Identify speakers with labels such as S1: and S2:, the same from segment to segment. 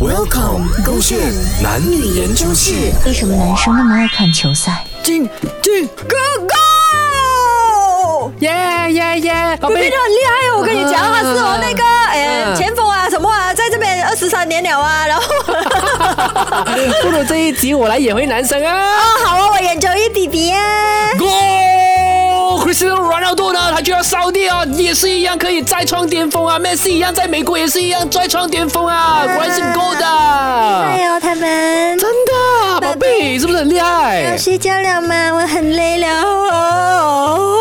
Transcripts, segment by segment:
S1: Welcome，勾线男女研究室。
S2: 为什么男生那么爱看球赛？
S3: 进进，Go Go！
S4: 耶耶耶！宝
S3: 我变
S4: 贝
S3: 得，很厉害哦，我跟你讲，
S4: 嗯
S3: 他是我那个
S4: 嗯
S3: 呃前锋啊，什么啊，在这边二十三年了啊，然后
S4: 不如这一集我来演回男生啊！
S3: 好啊，我研究一弟弟
S4: 哦
S3: 啊。
S4: Go Cristiano Ronaldo 呢，他就要扫地啊，也是一样可以再创巅峰啊，Messi 一样在美国也是一样再创巅峰啊，果然是 Go
S3: 哎
S4: 的，
S3: 呦，他们
S4: 真的，啊宝贝是不是很厉
S3: 要
S4: 害？
S3: 睡觉了吗？我很累了哦。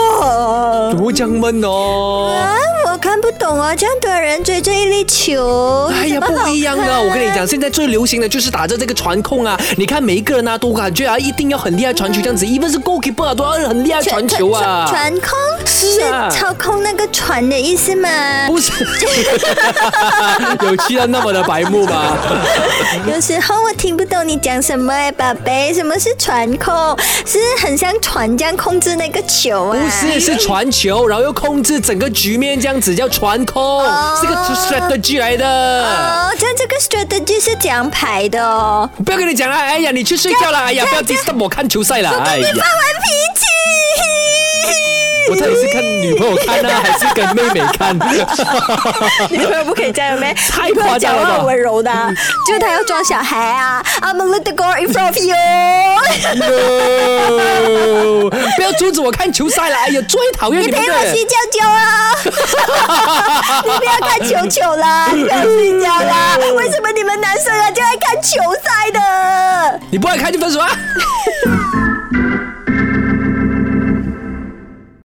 S4: 不会这样闷哦。
S3: 啊，我看不懂啊，这样多人追着一粒球，
S4: 哎呀，
S3: 怎么好
S4: 不一样的！
S3: 看
S4: 我跟你讲，现在最流行的就是打着这个传控啊。你看每一个人啊，都感觉啊，一定要很厉害传球这样子，一份是 goalkeeper 啊都要很厉害传球啊。
S3: 传传控
S4: 是啊
S3: 操控那个船的意思吗？
S4: 不是，有气到那么的白目吗？
S3: 有时候我听不懂你讲什么哎，宝贝，什么是传控？是很像船这样控制那个球啊？
S4: 不是，是传球，然后又控制整个局面，这样子叫传控，是个 strategy 来的。
S3: 哦，这样这个 strategy 是怎样排的哦？
S4: 不要跟你讲了，哎呀，你去睡觉了，哎呀，不要 disturb 我看球赛了，哎呀
S3: 你发，完 脾气，
S4: 我到底是看女朋友看呢，还是跟妹妹看？
S3: 女朋友不可以这样咩？
S4: 太
S3: 女朋
S4: 夸
S3: 友
S4: 张
S3: 讲
S4: 了吧
S3: 话很温柔的啊，就她要装小孩啊，I'm a little girl in front of you。
S4: No，不 要阻止我看球赛了！哎呀，最讨厌
S3: 你
S4: 你
S3: 陪
S4: 们
S3: 我
S4: 的
S3: 睡。觉觉 啦！你不要看球球啦，你不要睡觉啦！为什么你们男生啊就爱看球赛的？
S4: 你不爱看就分手啊！